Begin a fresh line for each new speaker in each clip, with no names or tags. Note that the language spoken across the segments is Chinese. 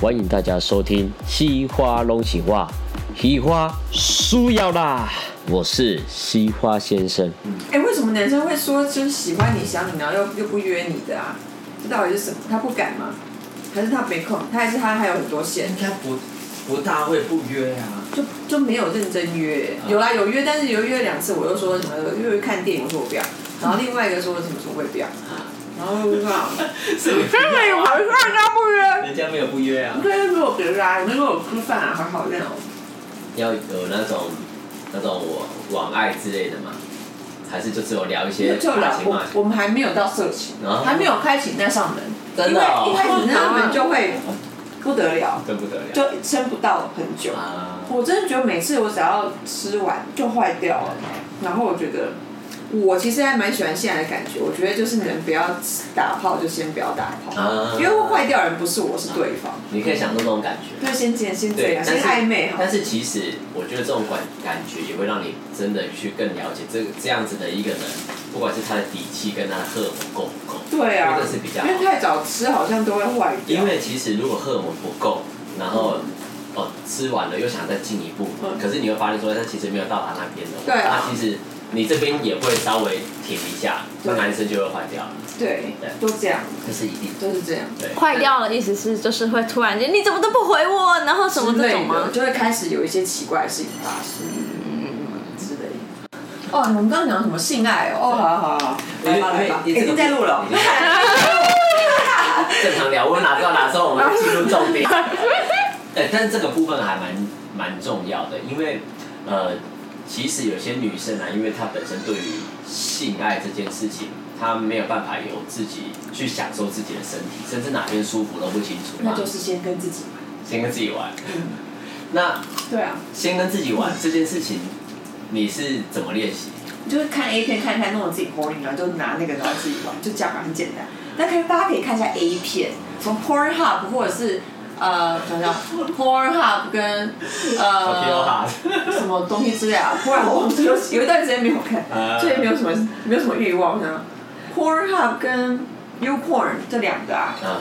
欢迎大家收听《西花龙喜话》，喜花输要啦！我是西花先生，
哎、为什么男生会说就是喜欢你、想你，然后又又不约你的啊？这到底是什么？他不敢吗？还是他没空？他还是他还有很多线
应，该不不大会不约 啊。
就就没有认真约。有啦，有约，但是有约两次，我又说什么又去看电影，我说我不要。然后另外一个说什么说我也不要，然后我就说，
是不
真嗯的有好事他不约。
人家没有不约啊。
对，如果别啦，那个我吃饭啊，好好认哦。
要有那种那种网网爱之类的嘛，还是就只有聊一些
就
打
了，
情骂
我
俏？
我们还哦没有到色情
啊，
还没有开启那扇门，
真
因
的
为
哦
一开始那扇门就会不得了，
更不得了。
就撑不到很久。
啊，
我真的觉得每次我只要吃完就坏掉了，然后我觉得我其实还蛮喜欢现在的感觉，我觉得就是能不要打炮就先不要打炮，
啊
因为会坏掉的人不是我是对方，
你可以享受这种感觉。
对，先见先这
对
样，，
但
先
是
暧昧好
但。是其实我觉得这种感感觉也会让你真的去更了解这这样子的一个人，不管是他的底气跟他的荷尔蒙够不够。
对啊
这是比，较
因
好
为太早吃好像都会坏掉。
因为其实如果荷尔蒙不够，然后哦吃完了又想再进一步，
嗯
可是你会发现说哎他其实没有到达那边的，
对啊
那其实你这边也会稍微停一下，
对
那男生就会坏掉了，
对
对，
都这样，
这是一定的。
都是这样。
对，
坏掉了，意思是就是会突然间你怎么都不回我，然后什么
之
这种
类
吗
的，？就会开始有一些奇怪的事情发生，之类的。哦，我们刚刚讲什么性爱哦？哦，好好好，来吧来吧，
因
已
为因为
经哎在录了
已。经正常聊，我哪知道哪时候我们进入 重点？对，但是这个部分还蛮蛮重要的，因为呃，其实有些女生啊，因为她本身对于性爱这件事情，她没有办法有自己去享受自己的身体，甚至哪边舒服都不清楚
那
嘛，
就是嗯先跟自己玩。
先跟自己玩。那
对啊，
先跟自己玩这件事情，你是怎么练习？
就是看 A 片看一看，弄得自己 boring 然后就拿那个然后自己玩，就这样吧，很简单。那可以大家可以看一下 A 片，从 Pornhub 或者是呃，想想 Pornhub 跟呃什么东西之类啊， 不然我有有一段时间没有 看，
啊
所以没有什么没有什么欲望呢。Pornhub 跟 YouPorn 这两个啊，
啊，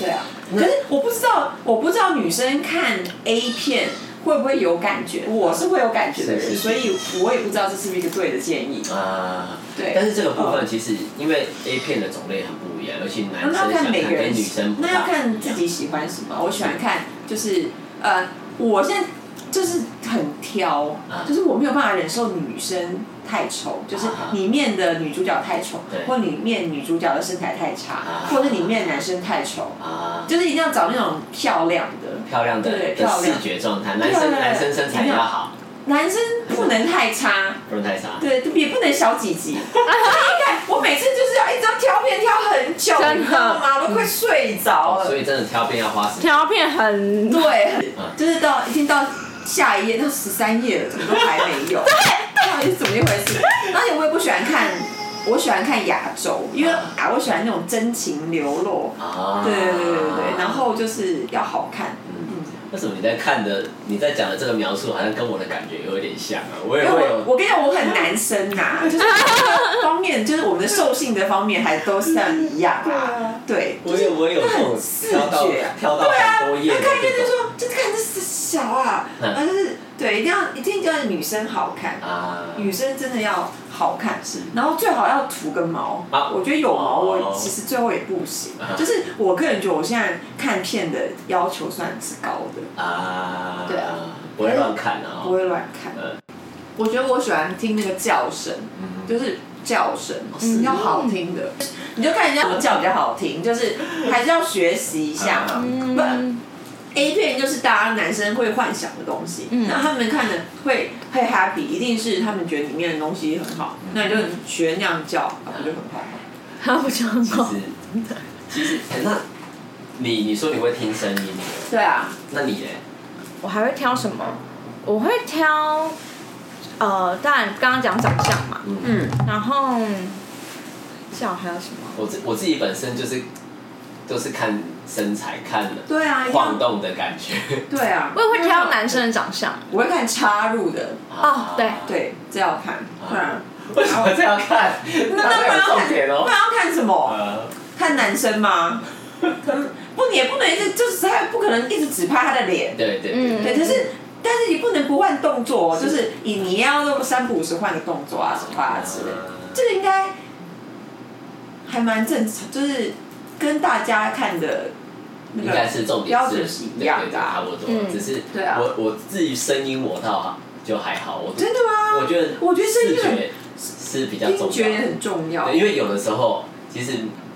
对啊，可是我不知道，我不知道女生看 A 片会不会有感觉，我是会有感觉的人，
是是是
所以我也不知道这是不是一个对的建议。
啊，
对
但是这个部分其实因为 A 片的种类很不一样，尤其男生
那要
想
看
看
每个人
跟女
喜
生，不
那要
大
看自己喜欢什么。我喜欢看就是呃，我现在就是很挑，
啊
就是我没有办法忍受女生太丑，就是
啊
里面的女主角太丑，
对
或里面女主角的身材太差，
啊
或者里面男生太丑，
啊，
就是一定要找那种漂亮的。
漂亮的
对
的
漂亮
视觉状态，男
对
生
对对
男生身材要好，
男生不能太差，
不能太差。
对，也不能小几集。 所以你看，我每次就是要一直要挑片挑很久，
真的
你知道吗？都快睡着
哦
了。
所以真的挑片要花时间。
条片很
对
嗯，
就是到已经到下一页，到十三页了，怎么都还没有？对，到底是怎么一回事？而且我也不喜欢看，我喜欢看亚洲，因为啊，我喜欢那种真情流露。
啊，
对对对对对，然后就是要好看，
为什么你在看的，你在讲的这个描述，好像跟我的感觉有一点像啊？我也
因为
会
我
有
我跟你讲，我很男生呐、就是方面，就是我们的兽性的方面还都是很一样啊。对，
我也我也有这种
视
挑到
觉啊
挑到很多
对
页
啊，
的
他看一遍就
这种
说，就是看这是小啊，
嗯
啊就是对，一定要一定要女生好看，
啊，
女生真的要好看，然后最好要涂个毛。
啊
我觉得有毛，
哦
我其实最后也不行
啊。
就是我个人觉得，我现在看片的要求算是高的，
啊，
对啊，
不会乱看啊
不
哦，
会乱看
嗯。
我觉得我喜欢听那个叫声，就是叫声
是
要好听的，你就看人家怎么叫比较好听，就是还是要学习一下嘛。
啊
不
嗯
A 片就是大家男生会幻想的东西，
嗯
那他们看的会会 happy，一定是他们觉得里面的东西很好，
嗯
那你就学那样叫，啊不就很好吗？
他不想好
哦
其实其实哎那，你你说你会听声音，
对啊，
那你呢？
我还会挑什么？我会挑，呃，当然刚刚讲长相嘛，
嗯，
然后笑还有什么？
我自我自己本身就是都是看身材，看
对啊，一
晃
样，
动的感觉。
对啊，
我也会挑男，生的长相。
我会看插入的，
哦对
对，这要看，
啊
不然
为什么这样看？
那那不
没有
然要
重
看，
点哦
不然。要看什么？
呃，
看男生吗？ 可能不，你也不能一直就是他不可能一直只拍他的脸，
对对对，
对，可是但是你不能不换动作、哦，就是你你要那么三不五时换个动作啊什么啊之类的，
呃
这个应该还蛮正常，就是跟大家看的那
应该
个
是重点
标准是一样的啊
对对对差不
嗯
多。只是
对啊
我我至于声音我倒好就还好，我
真的吗
我觉得
我觉得声音
视
很
觉是比较
听
重
觉也
要的，
很重要
对，。因为有的时候其实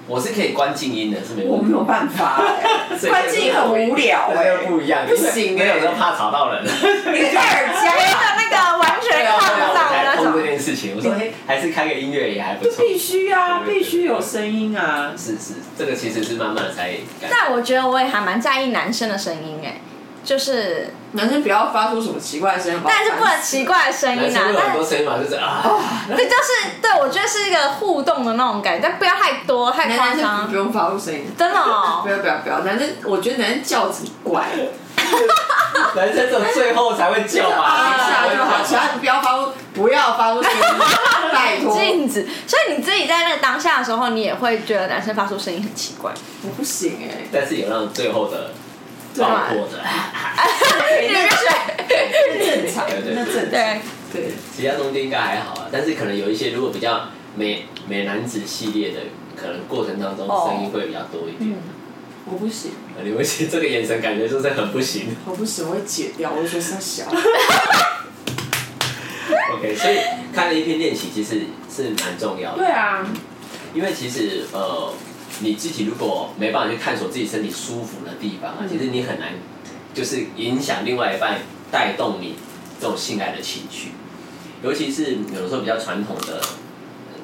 我是可以关静音的，是没
我
问
没
题。
有办法、 欸，
所以
关静很无聊哎、
那又不一样，
不行
没
哎、
有时候怕吵到 人。
你戴耳
因为
夹，
他那个完
对
全
啊，
看不到
我
的那
才碰这
种。
件事情，我说嘿，还是开个音乐也还不
就
错。
必须啊，
对对对
必须有声音啊。
是是，这个其实是慢慢才感觉。
但我觉得我也还蛮在意男生的声音哎，就是，
男生不要发出什么奇怪的声音，
但是不能奇怪的声
男
音
生
啊
会，有很
但
多声音嘛，就是啊，
这 就是对我觉得是一个互动的那种感觉，但不要太多太夸
男生
张
不，用发出声音，
真的哦
不。要不要不要，男生我觉得男生叫很怪，
男生只有最后才会 叫
啊
嘛，
一下就好，其他不要发出不要发出声音，拜托，
镜子，所以你自己在那个当下的时候，你也会觉得男生发出声音很奇 怪。
我不行哎，
但是有那种最后的
对
爆
吧？
破的，
你们
那啊正常，
对对对
那正常，
对，
对，
其他中间应该还好啊。但是可能有一些如果比较美美男子系列的，可能过程当中
哦
声音会比较多一点。
我不行，
呃刘文琪这个眼神感觉就是很不行。
我不行，我会解掉，我会觉得是小，
OK，所以看了一篇练习其实是蛮重要的。
对啊，
因为其实呃，你自己如果没办法去探索自己身体舒服的地方啊，
嗯
其实你很难就是影响另外一半带动你这种性爱的情绪，尤其是有的时候比较传统的。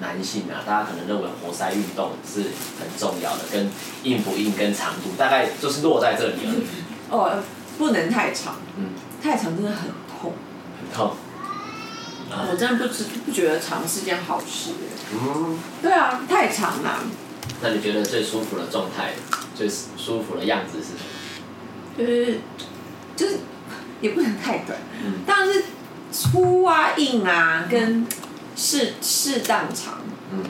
男性啊，大家可能认为活塞运动是很重要的，跟硬不硬、跟长度，大概就是落在这里而已，
哦，不能太长，
嗯
太长真的很痛，
很痛。啊
我真的不知不觉得长是件好事哎。
嗯，
对啊，太长了。
那你觉得最舒服的状态、最舒服的样子是什么？
就是就是也不能太短，
嗯
当然是粗啊、硬啊，跟适适当长，
嗯，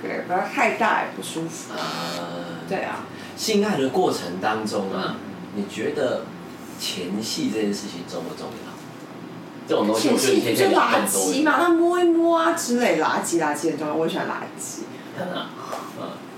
对，不要太大也不舒服。
呃，
对啊，
性爱的过程当中啊，你觉得前戏这件事情重不重要？这种东西我
前
觉得
戏
你可以
就
再聊
垃
更多一
圾
点。
嘛，那摸一摸啊之类，垃圾垃圾很重要，我喜欢垃圾，
嗯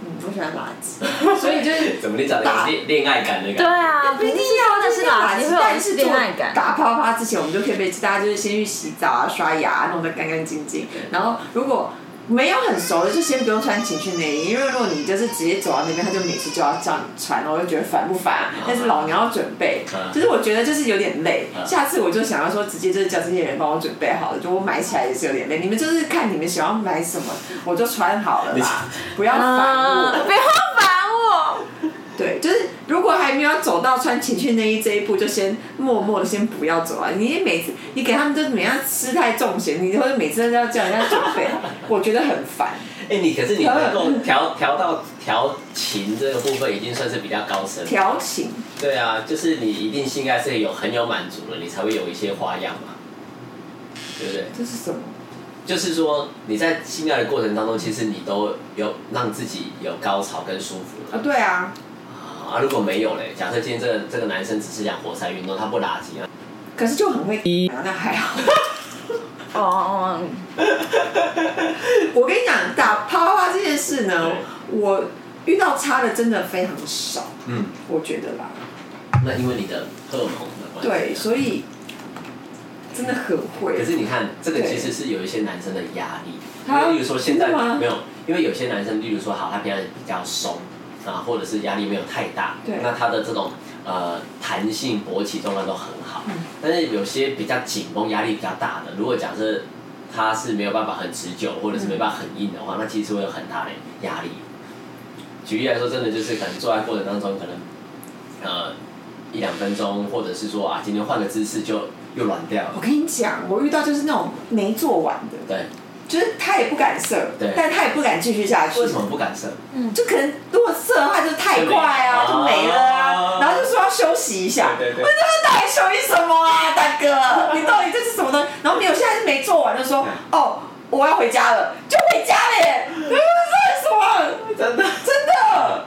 嗯，我喜欢垃 圾，所以就是
嗯怎么你找到
打
恋恋爱感的
对
感觉？
啊，不是说真的是垃圾，会
但
有
是
恋
做
爱感。
打啪啪之前，我们就可以被大家就是先去洗澡啊、刷牙、啊，弄得干干净净。然后如果没有很熟的，就先不用穿情趣内衣，因为如果你就是直接走到那边，他就每次就要叫你穿，我就觉得烦不烦、啊
嗯？
但是老娘要准备
嗯，
就是我觉得就是有点累。
嗯
下次我就想要说，直接就是叫这些人帮我准备好了，就我买起来也是有点累。你们就是看你们想要买什么，我就穿好 了啦，不要烦我。
啊！不要烦我，
对，就是如果还没有走到穿情趣内衣这一步，就先默默的先不要走啊！你每次你给他们都每样吃太重咸，你或者每次都要叫人家准 备，我觉得很烦。
哎，你可是你能够调调到调情这个部分，已经算是比较高深。
调情，
对啊，就是你一定性爱是有很有满足了，你才会有一些花样嘛，对不对？
这是什么？
就是说你在性爱的过程当中，其实你都有让自己有高潮跟舒服了
啊，。对啊，
啊，如果没有嘞，假设今天这个这个男生只是想活塞运动，他不垃圾啊，
可是就很会
一
啊，那还好。
哦哦，哦
我跟你讲，打啪啪啪这件事呢
对，
我遇到差的真的非常少，
嗯，
我觉得啦。
那因为你的荷尔蒙的关系，啊
对，所以真的很会。
可是你看，这个
对
其实是有一些男生的压力，因
啊
为例如说现在
真的吗
没有，因为有些男生，例如说好，他平常比较松啊，或者是压力没有太大，
对
那他的这种呃弹性勃起状态都很好，
嗯
但是有些比较紧绷、压力比较大的，如果假设他是没有办法很持久，或者是没办法很硬的
嗯
话，那其实会有很大的压力。举例来说，真的就是可能做爱过程当中，可能呃一两分钟，或者是说啊，今天换个姿势就又软掉
我
了，
跟你讲，我遇到就是那种没做完的。
对。
就是他也不敢射
对，
但他也不敢继续下去
为。什么不敢射？
就可能如果射的话，就太快啊，
就
就
没
没
了
了啊
啊，
然后就说要休息一下。
对对对
我说到底休息什么啊，大哥？你到底这是什么东西？然后没有，现在是没做完，就说哦，我要回家了，就回家了耶。你们这是什么？
真的，
真的？
啊，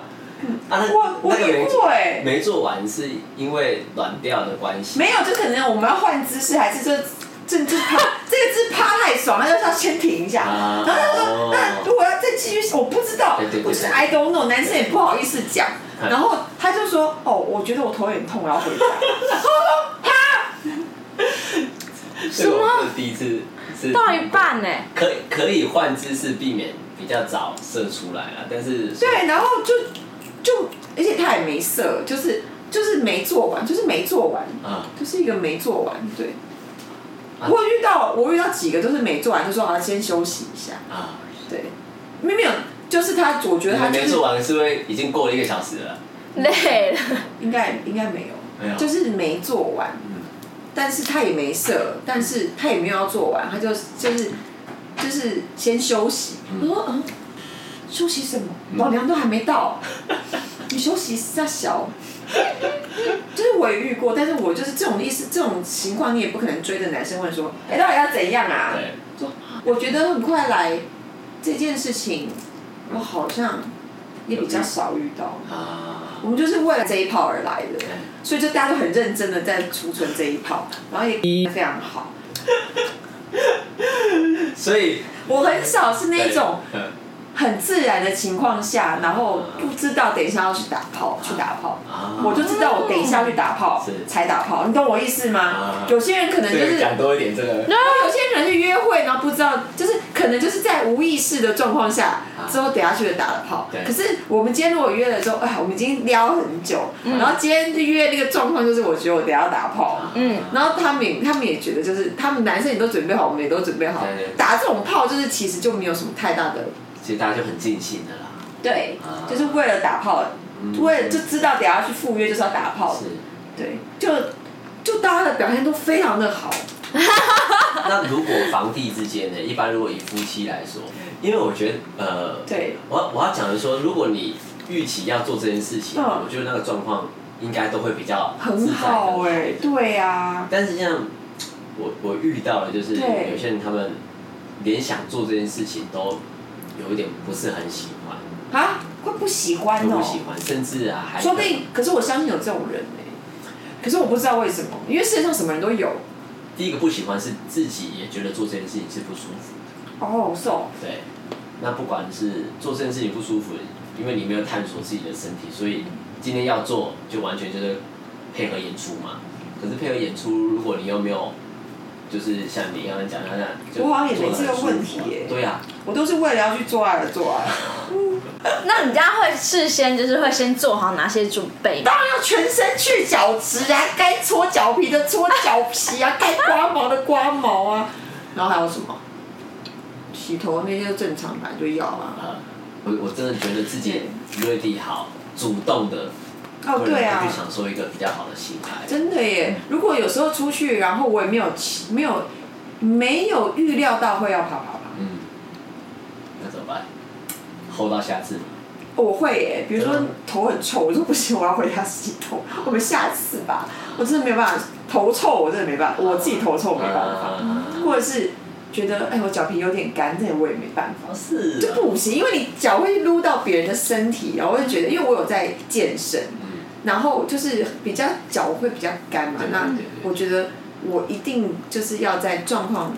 那
我我欸哎
那个
也
没做
会
没做完是因为软掉的关系，
没有，就可能我们要换姿势，还是这这这 趴这个字趴太爽，那就是要先停一下。
啊
然后他说
哦：“
那如果要再继续，我不知道
对对，对
我就是
对
I don't know。”男生也不好意思讲，
嗯
然后他就说：“哦，我觉得我头有点痛，我要 回家。”然后我说哈
什
什么
第一次是
到一半呢、
可以可以换姿势，避免比较早射出来啊，但是
对，然后就就，而且他也没射，就是就是没做完，就是没做完，
啊，
就是一个没做完。对，
啊
我有遇到我遇到几个都是没做完，就说啊先休息一下。
啊，
对，没有没有，就是他，我觉得他
你
就
没
是
做完是不是已经过了一个小时了？
累了，
应该应该没有，
没有
就是没做完，
嗯
但是他也没射，但是他也没有要做完，他就就是就是先休息。我说嗯，休息什么？
嗯
老娘都还没到， 你休息是在小。就是我也遇过，但是我就是这种意思，这种情况你也不可能追着男生问说，哎、到底要怎样啊？
对，
说我觉得很快来这件事情，我好像也比较少遇到。
啊，
我们就是为了这一炮而来的
对，
所以就大家都很认真的在储存这一炮，然后也非常好。
所以
我很少是那种
对嗯
很自然的情况下，然后不知道等一下要去打炮，去打炮。
啊，
我就知道我等一下去打炮
是
才打炮，你懂我意思吗
啊？
有些人可能就
这
是
个讲多一点，这个
然后有些人去约会，然后不知道，就是可能就是在无意识的状况下，之后等下去就打了炮。
啊对
可是我们今天如果约了之后，哎，我们已经撩很久，
嗯
然后今天就约那个状况就是，我觉得我等下要打炮。
嗯，
啊
然后他们也他们也觉得，就是他们男生也都准备好，我们也都准备好
对对对，
打这种炮就是其实就没有什么太大的，
其实大家就很尽兴的啦，
对
啊
就是为了打炮，
嗯
为了就知道等下去赴约就是要打炮，
是。
对，就就大家的表现都非常的好，
那如果房地之间呢？一般如果以夫妻来说，因为我觉得呃，
嗯对，
我我要讲的说，如果你预期要做这件事情，
嗯
我觉得那个状况应该都会比较
很好哎、
哎、
对啊呀、
但是像我我遇到的就是
对
有些人他们连想做这件事情都有一点不是很喜欢，
啊，会不喜欢
都
哦、
不喜欢，甚至啊还
说不定，可是我相信有这种人呢、可是我不知道为什么，因为世界上什么人都有。
第一个不喜欢是自己也觉得做这件事情是不舒服的，
哦，是哦，
对。那不管是做这件事情不舒服，因为你没有探索自己的身体，所以今天要做就完全就是配合演出嘛。可是配合演出，如果你又没有，就是像你刚刚讲的那样，就
我好像也
做
没
得
这个
很舒服
问题
啊
耶
对呀、
我都是为了要去做爱而做爱，
那你家会事先就是会先做好哪些准备吗？
当然要全身去角质啊，该搓脚皮的搓脚皮啊，该刮毛的刮毛啊，然后还有什么？洗头那些正常版就要啊。
啊，我我真的觉得自己 ready 好，主动的，
哦，对啊
去，享受一个比较好的心态。
真的耶。如果有时候出去，然后我也没有期没有没有预料到会要啪啪啪。
嗯，那怎么办？hold 到下次。
哦我会耶，比如说
真的吗
头很臭，我说不行，我要回家洗头，我们下次吧。我真的没有办法，头臭我真的没办法，我自己头臭没办法，
啊
或者是觉得哎我脚皮有点干，这我也没办法，
是
就
啊
不行，因为你脚会撸到别人的身体，然后我就觉得，因为我有在健身，
嗯
然后就是比较脚会比较干嘛
对，对
那
对对
我觉得我一定就是要在状况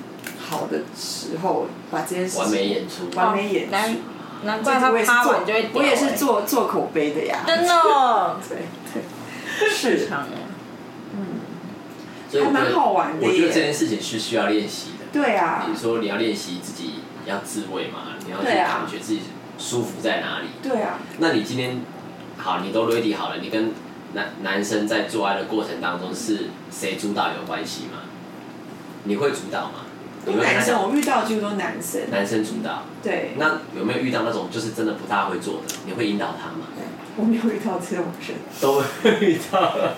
好的时候把这件事情
完美演出，
完美演出。
难难怪他
我也是
趴
做
完就会掉、
我也是
欸，
做做口碑的呀。
真的哦，
对对，是
常的
所以我觉
还
得
蛮好玩的耶
我觉得这件事情是需要练习的。
对啊
比，如说你要练习自己要自慰嘛，你要去
对啊
感觉自己舒服在哪里。
对啊，
那你今天好，你都 ready 好了，你跟男男生在做爱的过程当中是谁主导有关系吗？你会主导吗？
都
你会跟
男
他
生，
讲
我遇到就是都男生，
男生主导。
对，
那有没有遇到那种就是真的不大会做的？你会引导他吗？
我没有遇到这种人，
都会遇到了。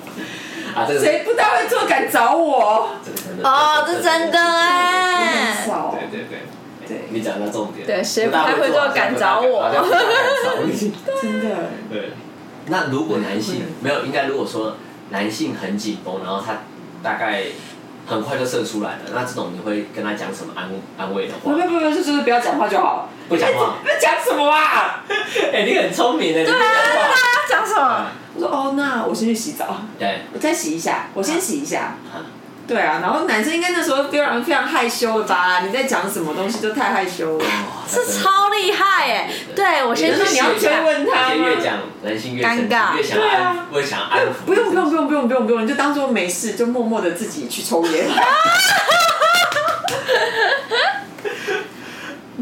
啊，这个
谁不大会做敢找我？
这个真的
哦，这真的哎、
很少，
对对对。
对
你讲到重点。
对谁不太会
啊
做敢找我
好像不太敢找 你
真的。
对。那如果男性没有，应该如果说男性很紧绷，然后他大概很快就射出来了，那这种你会跟他讲什么安安慰的
不
话
不？不不，就是不要讲话就好。
不讲话
那讲什么啊？
哎，你很聪明的，对
对啊，大家讲什么？
嗯
我说哦，那我先去洗澡，
对，
我再洗一下，我先洗一下。
啊
对啊，然后男生应该那时候非常非常害羞了吧？你在讲什么东西都太害羞了。
哦
是超厉害哎！对我先去
那你要
洗一下
追问他
而且越
吗？
讲人心越生
尴
气
尬
越想要
对啊
安，越想要安抚。
不用不用不用不用不用不用，你就当做没事，就默默的自己去抽 烟。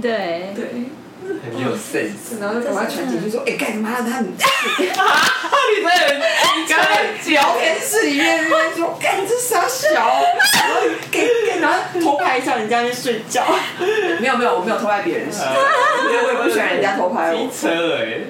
对，
对，
很有 sense。
然后就赶快传简讯说，哎，干你妈的，他很
你在
你刚才聊天室里面那边说，干这傻小，然后给给，然后偷拍一下人家在睡觉。没有没有，我没有偷拍别人，
嗯
因 为我也不喜欢人家偷拍我
机。车
欸
哎，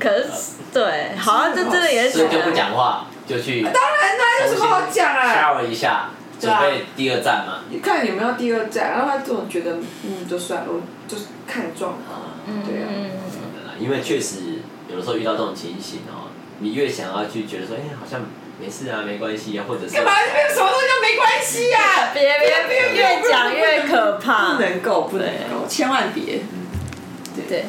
可是对，好像这真的也是
所以就不
觉得
讲话，就去
当然啦，有什么好讲啊？
shower 一下，
对
准
啊
备第二站嘛。
你看有没有第二站，然后他总觉得嗯就算了，我就是看状况。
啊，
对啊
嗯，
对啦因为确实有的时候遇到这种情形哦，你越想要去觉得说，哎，好像没事啊，没关系啊，或者是
干嘛？没有什么东西都没关系呀、啊，
别别别，越讲越可怕
不。能够，不能够，千万别。
对，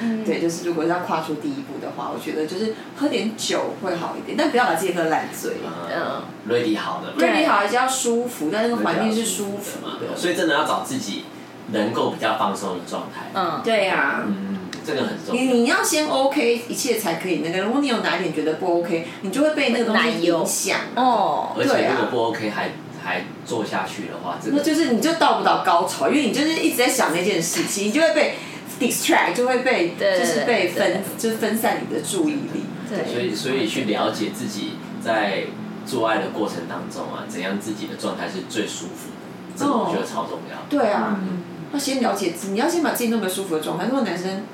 嗯，
对，就是如果要跨出第一步的话，我觉得就是喝点酒会好一点，但不要把自己喝烂醉。
嗯
嗯
，ready 好的嘛，
瑞丽好还是要舒服，但那个环境是舒
对
服
嘛，
的。
所以真的要找自己能够比较放松的状态。
嗯，
对呀、
嗯，这个很重
你
要。
你要先 OK，一切才可以那个。如果你有哪一点觉得不 OK，你就会被那个东西影响。
哦，
而
对
且
啊
如果不 OK 还还做下去的话，这
那
个
就是你就到不到高潮，因为你就是一直在想那件事情，你就会被 distract，就会被
对
就是被分
对，
就是分散你的注意力。
所
对，
以所以去了解自己在做爱的过程当中啊，怎样自己的状态是最舒服的，这个
哦
我觉得超重要。
对啊，
嗯
要先了解自己，你要先把自己弄得舒服的状态。如果男生，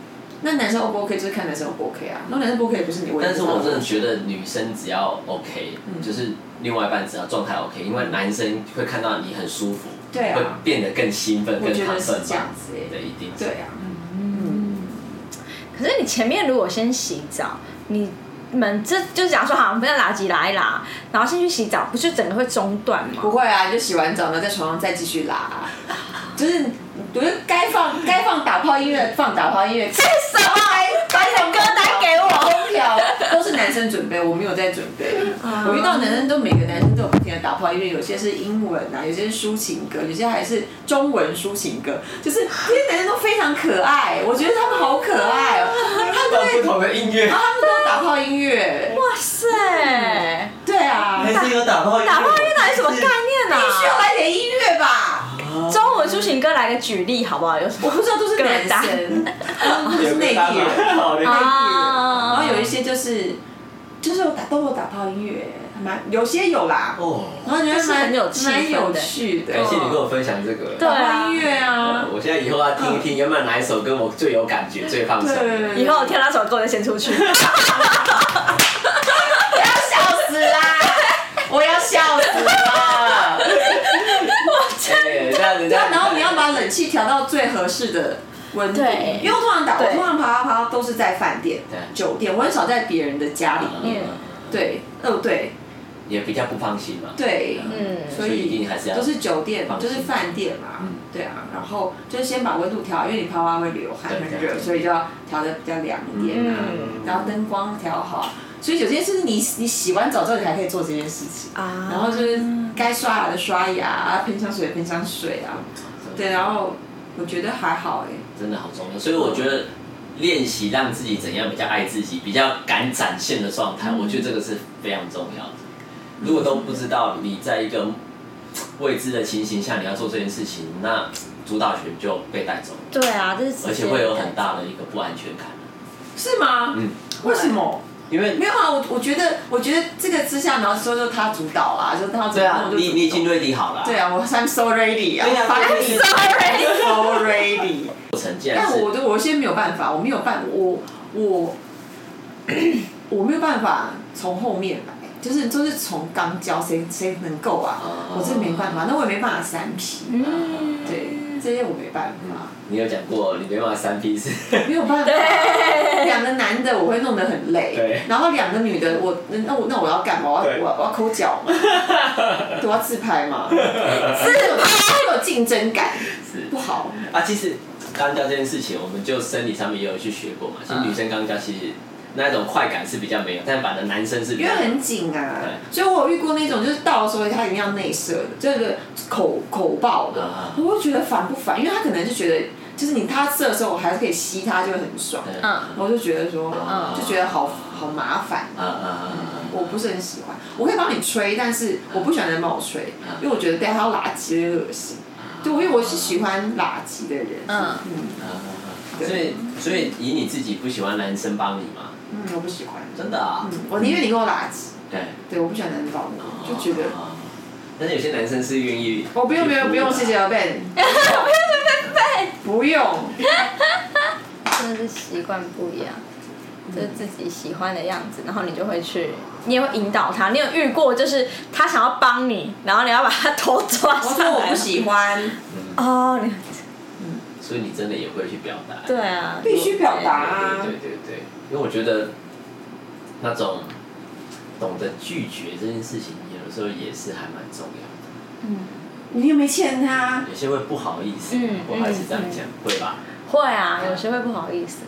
那男生 O 不 OK 就是看男生 O 不 OK 啊，如果男生不 OK 也不是你问题。
但是我真的觉得女生只要 OK，、就是
嗯
另外一半只要状态 OK，因为男生会看到你很舒服，
对啊
会变得更兴奋、
我
更
觉
亢
得是
奋吧
这样子欸
对，一定是
对啊，
可是你前面如果先洗澡，你们这就假如说好，我们不要垃圾拉一拉，然后先去洗澡，不是整个会中断吗？
不会啊，你就洗完澡呢，在床上再继续拉啊，就是我觉得该放该放打炮音乐放打炮音乐，
这是什么？把你的歌单给我。
空调都是男生准备，我没有在准备。
啊
我遇到男生都每个男生都有不停的打炮，因为有些是英文啊，有些是抒情歌，有些还是中文抒情歌，就是这些男生都非常可爱，我觉得他们好可爱哦、他们
放不同的音乐
然，后他们都有打炮音乐，
哇塞，
对啊，
还是有打炮音乐，
打炮音乐到底什么概念啊呢、
需要来点音乐吧？
中文抒情歌来个举例好不好？有什
我
么？
不知道，都是男生，都是内
打
地人。
炮音乐
然
啊
后有一些就是就是有打都有打炮音乐，蛮有些有啦，
哦，
然后觉得
就是
蛮
很有气氛的
蛮有趣的，
感谢你跟我分享这个。
对啊
打音乐啊，
我现在以后要听一听，原本哪一首歌我最有感觉、最放松？
对，
以后我听到那首歌我就先出去。
不要笑死啦，我要笑死啦。
哎那人家
啊然后你要把冷气调到最合适的温度，
对
因为我通常打我
对
通常啪啪啪都是在饭店
对、
酒店，我很少在别人的家里面。
嗯
对，哦对
也比较不放心嘛。
对，
嗯，
所
所以一定还是要
就是酒店，
放
就
心嗯
是饭店嘛，对啊，然后就是先把温度调好，因为你啪啪会流汗
对
很
对
热，
对
所以就要调的比较凉一点啊，
嗯
然后灯光调好，所以有些事是你你洗完澡之后你还可以做这件事情，
啊
然后就是该刷牙的刷牙啊，喷香水的喷香水啊，对，然后我觉得还好哎、
真的好重要。所以我觉得练习让自己怎样比较爱自己、比较敢展现的状
嗯
态，我觉得这个是非常重要的。如果都不知道你在一个未知的情形下你要做这件事情，那主导权就被带走了，
对啊，这是直接
而且会有很大的一个不安全感。
是吗？
嗯，
为什么？
因为
没有啊，我我觉得我觉得这个之下，然后说就他主导啊，就他主
对
导
啊
我，就
你
主
你已
动
经 ready 好了、
对啊，我 I'm so ready 啊，
对啊
I'm
对
Sorry
so ready。
过程竟然
但
是
我我我现在没有办法，我没有办我我我没有办法从后面来，就是就是从刚教谁谁能够啊？
哦
我真没办法，那我也没办法三 P，、
嗯，
对，这些我没办法，
你有讲过，你没办法三 P 是，
没有办法。两个男的我会弄得很累
对，
然后两个女的我那我那我要干嘛？我要
对
我要我要抠脚 嘛，对我要自拍嘛，自拍有竞争感，
是
不好。嗯
啊，其实肛交这件事情，我们就生理上面也有去学过嘛。其实女生肛交其实那种快感是比较没有，但反正男生是比
因
较
为很紧啊，
对
所以我有遇过那种就是到的时候他一定要内射的，就是口口爆的
啊，
我会觉得烦不烦？因为他可能就觉得就是你他射的时候我还是可以吸他，就会很爽，
对
嗯，
我就觉得说
嗯
就觉得好好麻烦，
啊啊啊啊！
我不是很喜欢。我可以帮你吹，但是我不喜欢人帮我吹，
嗯
因为我觉得带他垃圾有点恶心。对，因为我是喜欢垃圾的人。
嗯
嗯
啊啊啊所以所以以你自己不喜欢男生帮你吗？
嗯，我不喜欢。
真的啊
嗯，，我宁愿你给我垃圾。
对，
对，我不喜欢人帮我，就觉得。
啊。但是有些男生是愿意去服
哦，
务的啊，
不用不用 不用，谢谢 Ben，不用。
真的是习惯不一样，就是自己喜欢的样子，然后你就会去，你也会引导他。你有遇过就是他想要帮你，然后你要把他头抓
我
上
说
来？
我不喜欢，
哦，你
所以你真的也会去表达。
对啊，
必须表达啊
对。对对对，因为我觉得那种懂得拒绝这件事情，有的时候也是还蛮重要
嗯，
你又没欠他
的。，有些会不好意思，
嗯
我还是这样讲，会吧？啊
会啊，有时会不好意思。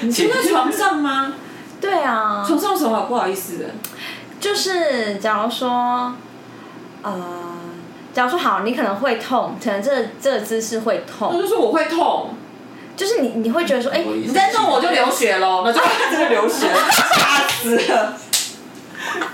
你
请
住在床上吗？
对啊，
床上有什么好不好意思的？
就是假如说，呃，假如说好，你可能会痛，可能这这个姿势会
他
痛，
就说我会痛，
就是你你会觉得说，哎、
我意思
你再弄我就流血喽，那就真的啊 流血了，吓死了。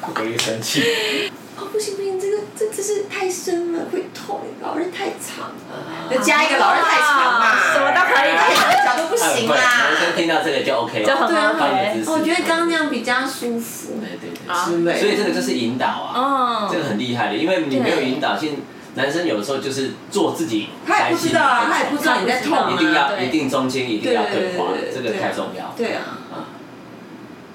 我会生气。
哦，不行不行，这个这姿势太深了，会痛，老人太长了，再加一个老人太长嘛，
什么都可以
太长的角度不行
哎
啦
男。生听到这个就 OK
就很
了。
对啊
OK，
对
我觉得刚刚那样比较舒服。
对对对，
啊
是所以这个就是引导
哦
啊，
嗯
这个很厉害的，因为你没有引导性，男生有的时候就是做自己
他也
开
不
心
知
的
道啊，
那
他
种
也不知道你在痛啊。
一定要
对
一定中间一定要对话，
对对对对
这
对
个太重要。
对啊，
啊，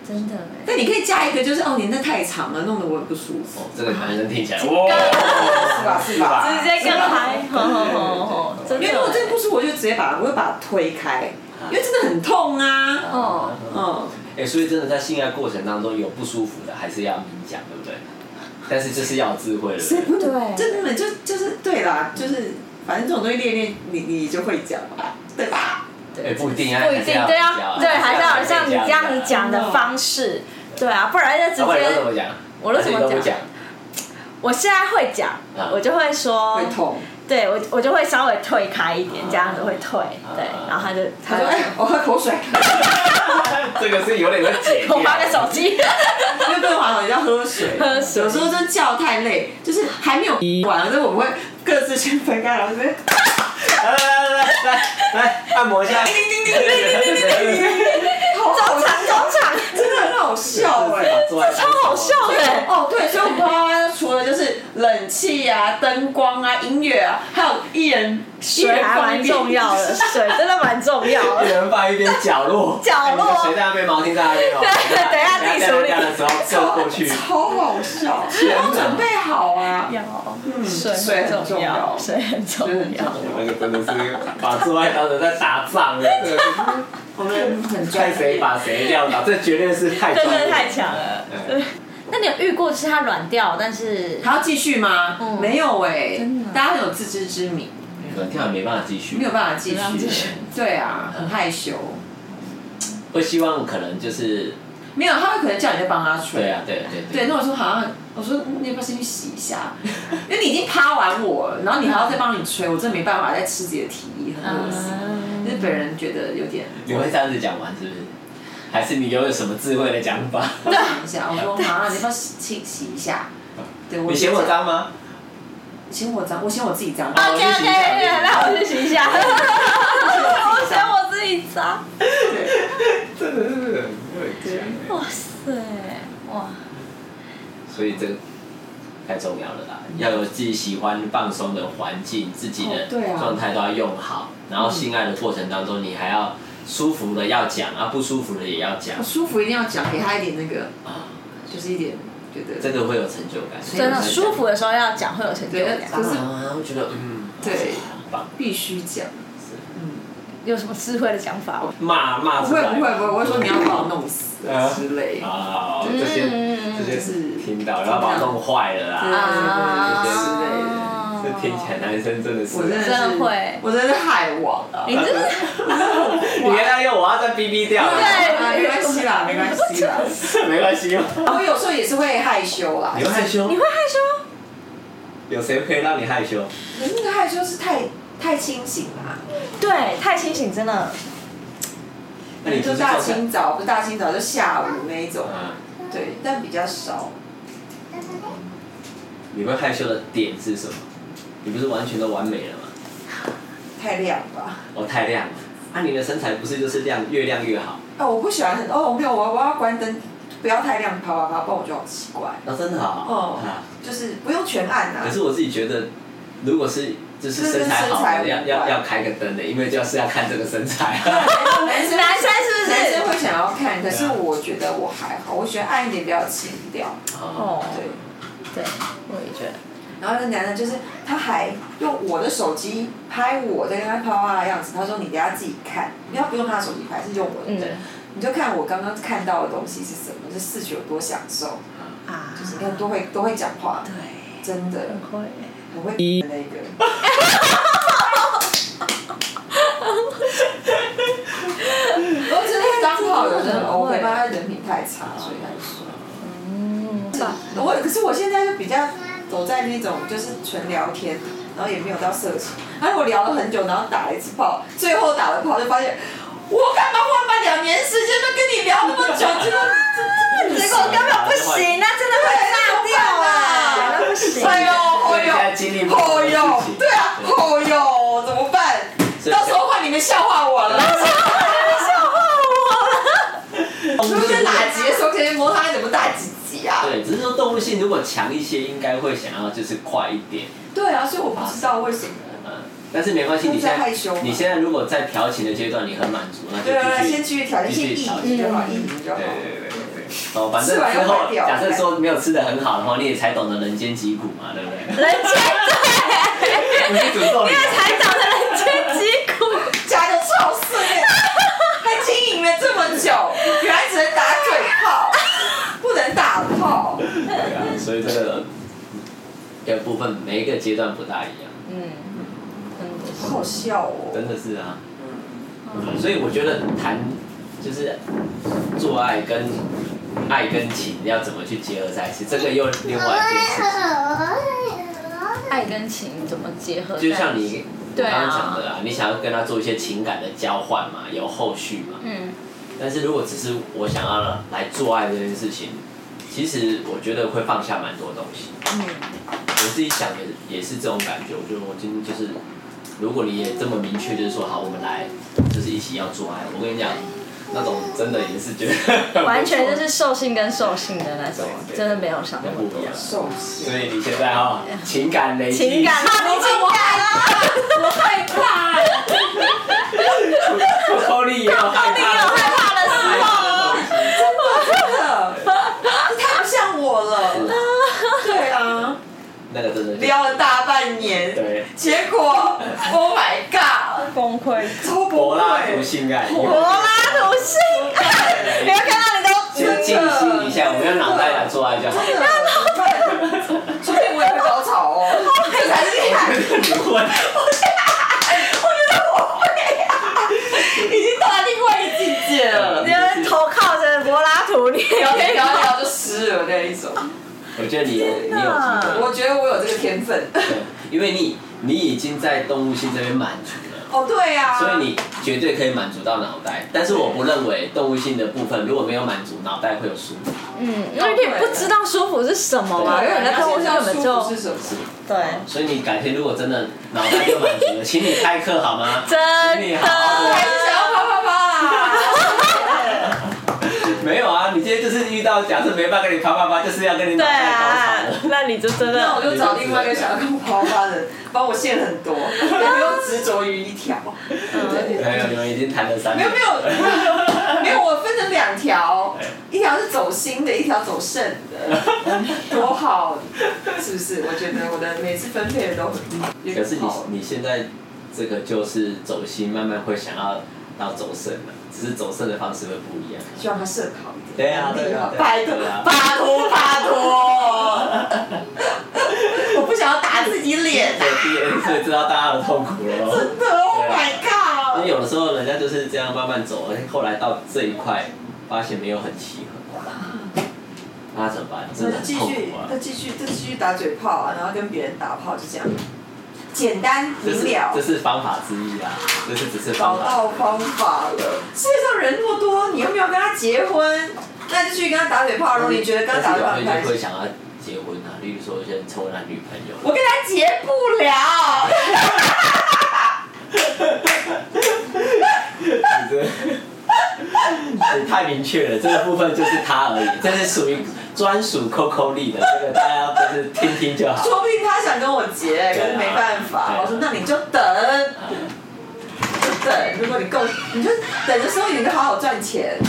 真的哎、
但你可以加一个，就是哦，你那太长了，弄得我很不舒服，
哦，这个男生听起来哇，
是吧？是吧？
直接跟嗨，吼吼吼吼，真
因为如果真的
的。
不舒服，我就直接把我会把它推开，因为真的很痛啊。
哦，
嗯，
哎、所以真的在性爱过程当中有不舒服的，还是要明讲，对不对？但是这是要有智慧的，
谁 不
对
真的就就是对啦，就是反正这种东西练一练，你你就会讲嘛，对吧？
哎、不一定啊，
不一定，对啊，对，还是要有像你这样子讲的
真
方式，对啊，不然就直
老板你都怎么
接。
讲？
我都怎么
还是你不
讲我现在会讲
啊，
我就会说，
会痛。
对我我就会稍微退开一点，这样子会退，对，然后他就
他
啊他就
说：“哎，我喝口水，
讲？ 这个是有点会解掉。
我发个手机，
因为不能滑手机要喝水。
喝水
有时候真的叫太累，就是还没有完，所以我们会各自先分开，然后这边
来来来来来，按摩一下。叮叮叮叮叮叮叮叮。
好好
中场中场，
真的很好笑哎、欸。”
超好笑的，
哦，对，所以我们啪啪除了就是冷气啊、灯光啊、音乐啊，还有艺人
水还蛮重要的，水真的蛮重要
一
的，
人放一边角落，哎谁在那边毛巾在那边哦。掉的时候
超
坐过去。
超好笑，要准备好啊。
要
嗯
水很重要，水很
水
重
很重
要
要，
那个真的是把做爱当成在打仗了，这个是
我们很专
看谁
业。
把谁撂倒，这绝对是太
真
专业
的太强了。
对
那你有遇过是他软掉，但是
还要继续吗？
嗯
没有哎、
真的
大家有自知之明，
软跳也没办法继续，啊
没有办法继
没办法继
续
续。
对啊，很害羞。
啊会希望可能就是
没有，他会可能叫你再帮他吹。
对啊，对对
对，那我说好像，我说嗯你要不要先去洗一下？ 因为你已经趴完我了，然后你还要再帮你吹，我真的没办法再吃自己的体液，很恶心。
啊
就是本人觉得有 点，
你会这样子讲完是不是？还是你有有什么智慧的讲法？
我想一下，我说妈，你要不要洗洗洗一下？对，我
你嫌我
就，
脏吗？
嫌我脏，我嫌我自己脏。
啊
对对对，那我去洗一下，我选我自己扎，
真的是很会
哇塞，哇，
所以这个太重要了啦，要有自己喜欢放松的环境，自己
哦对
的
啊
状态都要用好。然后性爱的过程当中，你还要舒服的要讲，啊不舒服的也要讲
我，舒服一定要讲，给他一点那个，
啊，
就是一点觉得
这个会有成就感，
真的舒服的时候要讲会有成就
对
感
就。是
啊，会觉得嗯，
对
很棒，
必须讲。
有什么智慧的讲法吗？
骂骂
不
出
会
来，
不会不会，我会说你要把我弄死
啊
之类。
啊，这些这
嗯
些是听到，然后把它弄坏了
对对
啦，
对对之类的。
啊
这听起来男生真的
嗯
是
我真的
真的
是
会
我真的是害网啊！
你真的
你跟他用我要要再逼逼掉了，
啊没关系啦，没关系啦。
没关系吗？
我有时候也是会害羞啦
你，会害羞
你？会害羞？
有谁可以让你害羞？
可是那个害羞是太太清醒啦，
对，太清醒真的。
那你
就
平时
大
做菜
清早，不是大清早就下午那一种，
嗯，
对，但比较少。
你会害羞的点是什么？你不是完全都完美了吗？
太亮吧？
哦，太亮了。啊，你的身材不是就是亮，越亮越好？
哦，我不喜欢很哦，没有，我我要关灯，不要太亮，啪啪啪，不然我就好奇怪。
哦，真的好。
哦
啊，
就是不用全暗啊
可。是我自己觉得，如果是就是
这跟
身材
身
好
材
的，
无
要要
关
要开个灯的，因为就是要看这个身 材。
男生
男生是不
男生
是？
会想要看，啊可是我觉得我还好，我喜欢暗一点，比较情调。
哦，
哦，
对，
对，我也觉得。
然后那男的就是他还用我的手机拍我在跟他啪啪的样子，他说你等下自己看，你要不用他的手机拍，是用我的，
嗯
对，
你就看我刚刚看到的东西是什么，这视觉有多享受，
啊，
就是你看多会多会讲话，
对，嗯
真的
很会。
很会的那 个。我
哎
觉得张浩有人 OK，但他人品太差，所以他就说。
嗯，
我可是我现在就比较走在那种就是纯聊天，然后也没有到色情。然后我聊了很久，然后打了一次炮，最后打了炮就发现，我干嘛花了两年时间都跟你聊那么久，就
结果根本不行，那真的会炸掉啊！那不行。
哎呦，
所以
哎
现在
呦，
经历不同
哦
的事
呦，
情。
对啊，哦呦，怎么办？
所以
到时候换你们笑话我了， 是不是打结的时候可以摸他怎么打几级啊？
对，只是说动物性如果强一些，应该会想要就是快一点，
对啊，所以我不知道为什么。
嗯，但是没关系，
他
你
们
现
在
在
害羞嘛
你现在如果在调情的阶段，你很满足，那
对啊，
就继
先
续。
去挑战，先意淫就好，意淫就好
对。 对对对对，哦，反正
吃完
之
又
后
坏掉
假设说没有吃的很好的话，你也才懂得人间疾苦嘛，对不对？
人间
不是诅咒你
对，才长得人间疾苦。
假的臭四面，还经营了这么久，原来只能打嘴炮，不能打炮。
对啊，所以这个的部分每一个阶段不大一样，
嗯，真的
好
是。
好笑哦。
真的是啊。
嗯
所以我觉得谈就是做爱跟爱跟情要怎么去结合在一起，这个又另外一件事情。
爱跟情怎么结合在一起？
就像你
对
刚
啊
刚讲的啊，你想要跟他做一些情感的交换嘛，有后续嘛。
嗯，
但是如果只是我想要来做爱这件事情，其实我觉得会放下蛮多东西。
嗯
我自己想也也是这种感觉，我觉得我今天就是，如果你也这么明确，就是说好，我们来就是一起要做爱，我跟你讲，那种真的也是 觉得
完全就是兽性跟兽性的那种，
对对
真的没有想那么
不一
多
样。。
受死
所以你现在哈、情感累积，
情感，
怕你情感啊，我害怕。
口里也有 害
你有害
怕，
怕的 时候，
真的，这太不像我了。对啊，
那个真的
聊了大半年，
对，
结果 Oh my God，
崩溃。
超不
柏拉图
会。
性爱，
柏拉图性爱，你要看到你都
先静心一下，我们用脑袋来做爱就好。
真的不会说不定我也会高潮 哦，这才是厉害。
不会，
已经到了另外一个境界了，
你要头靠着柏拉图，你
聊 天聊一聊就湿了那一种。
我觉得你有你有机会。
我觉得我有这个天分。
对，因为你你已经在动物性这边满足了，
哦，对呀、
所以你绝对可以满足到脑袋。但是我不认为动物性的部分如果没有满足，脑袋会有舒服。
嗯，因为你不知道舒服是什么嘛，
对
因为
啊
你在动物根本
是
就
什么？
对，
所以你改天如果真的脑袋就满足了，请你开课好吗？
真
请你好好
还
地
是想要啪啪啪 啦？
没有啊，你今天就是遇到假设没办法跟你啪啪啪，就是要跟你脑
对
袋高
啊
潮了。，
那你就真
那我
的
就找另外一个想要跟我啪啪的，帮我线很 多，也没有执着于一条。对
没有，你们已经谈了三
没
年
有没 有没有，我分成两条，一条是走心的，一条走肾的，多好，是不是？我觉得我的每次分配的都很
可是你
好。
你现在这个就是走心，慢慢会想要到走肾了，只是走肾的方式会不一样。
希望他肾好一点。
对啊，对啊，对啊
拜托
对啊，
拜托拜托，我不想要打自己脸
所
啊！
以所以知道大家的痛苦了咯。啊
真的，Oh my god！
因为有的时候人家就是这样慢慢走，而且后来到这一块发现没有很契合，那怎么办？真
那
的
就
很
继
痛
续
苦，啊
那！继续，就继续打嘴炮啊，然后跟别人打炮，就这样，简单
这
明
是
了
这，是方法之一啊，这是只是
找
方法。
到方法了。世界上人那么多，你又没有跟他结婚，那就去跟他打嘴炮。如果你觉得跟他打
但
嘴
是
炮很
有些
开
人会
心，
想要结婚啊，例如说有些人成为男女朋友，啊
我跟他结不了。
你这你太明确了，这个部分就是他而已，这是属于专属 Coco 力的，这个大家就是听听就好。
说不定他想跟我结，可是没办法。
对啊
我说那你就等，就等。如果你够，你就等的时候你就好好赚钱。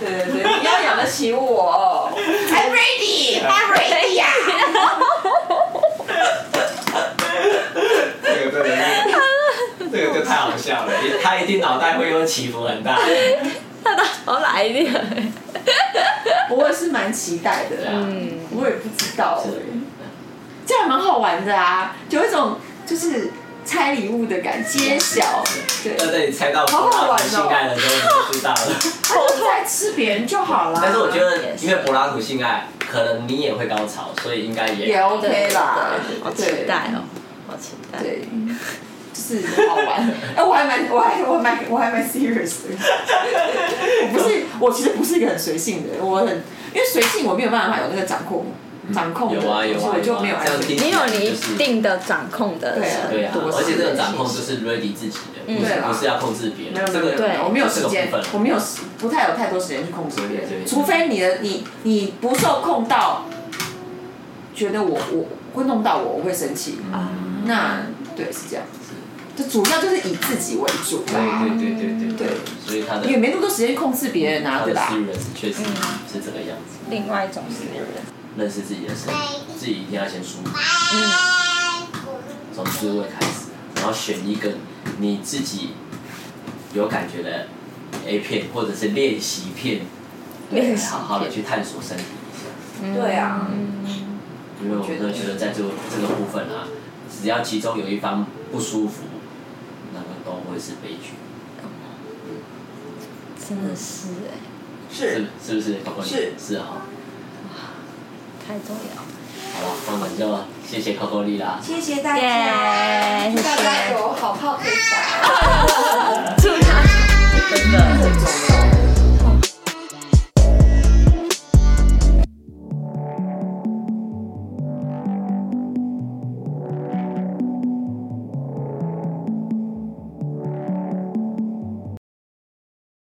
对对对，你要养得起我。I'm ready, I'm ready 啊呀、
这个真的是，这个就太好笑了，他一定脑袋会有起伏很大。
他的好来一点。
我也是蛮期待的
对
啦，
啊，
嗯，
我也不知道哎、
是
这样蛮好玩的啊，有一种就是拆礼物的感，揭晓，对，
在这里猜到
好
柏
好
拉
玩哦
图性爱的时候，你就知道了。
他就在吃别人就好啦。
但是我觉得，因为柏拉图性爱，可能你也会高潮，所以应该
也
也
OK 啦
对，好
对
期待哦，好期待。
对，就是好玩。 哎、我还蛮，我还我还蛮我还蛮 serious 的。我不是，我其实不是一个很随性的人，我很因为随性我没有办法有那个掌控掌控的，
有啊有啊
所以我
有
就
啊
没有爱
这样
情
听
你有你一定的掌控的
对啊
程
对啊，
度，
而且这个掌控就是 ready 自己的，不
对
是
啊
不是要控制别
没有。
人
没
这
有
个
没有，我没有时
这个
间
部分，
我没有时不太有太多时间去控制别
对
人，
对
除非你的你你不受控到，觉得我我会弄到我，我会生气。
嗯
那对是这样，就主要就是以自己为主啦，
对对对对嗯
对，
所以他的
也没那么多时间去控制别人啊，
他
对
的
吧？
私人确实
嗯
是这个样子，
另外一种是
认识自己的身体，自己一定要先舒服，从滋味开始，然后选一个你自己有感觉的 A 片或者是练习片，
练习
好好的去探索身体一下。
对啊，
嗯
因为我真的觉得在这个这个部分啊，只要其中有一方不舒服，那个都会是悲剧，
真的是哎，
是
是
是不是？考官
是
是哈，
太重要。
好了，那我们就谢谢 Coco 丽啦。
谢谢大
耶
家，祝大
谢
家
谢
有好炮可以打。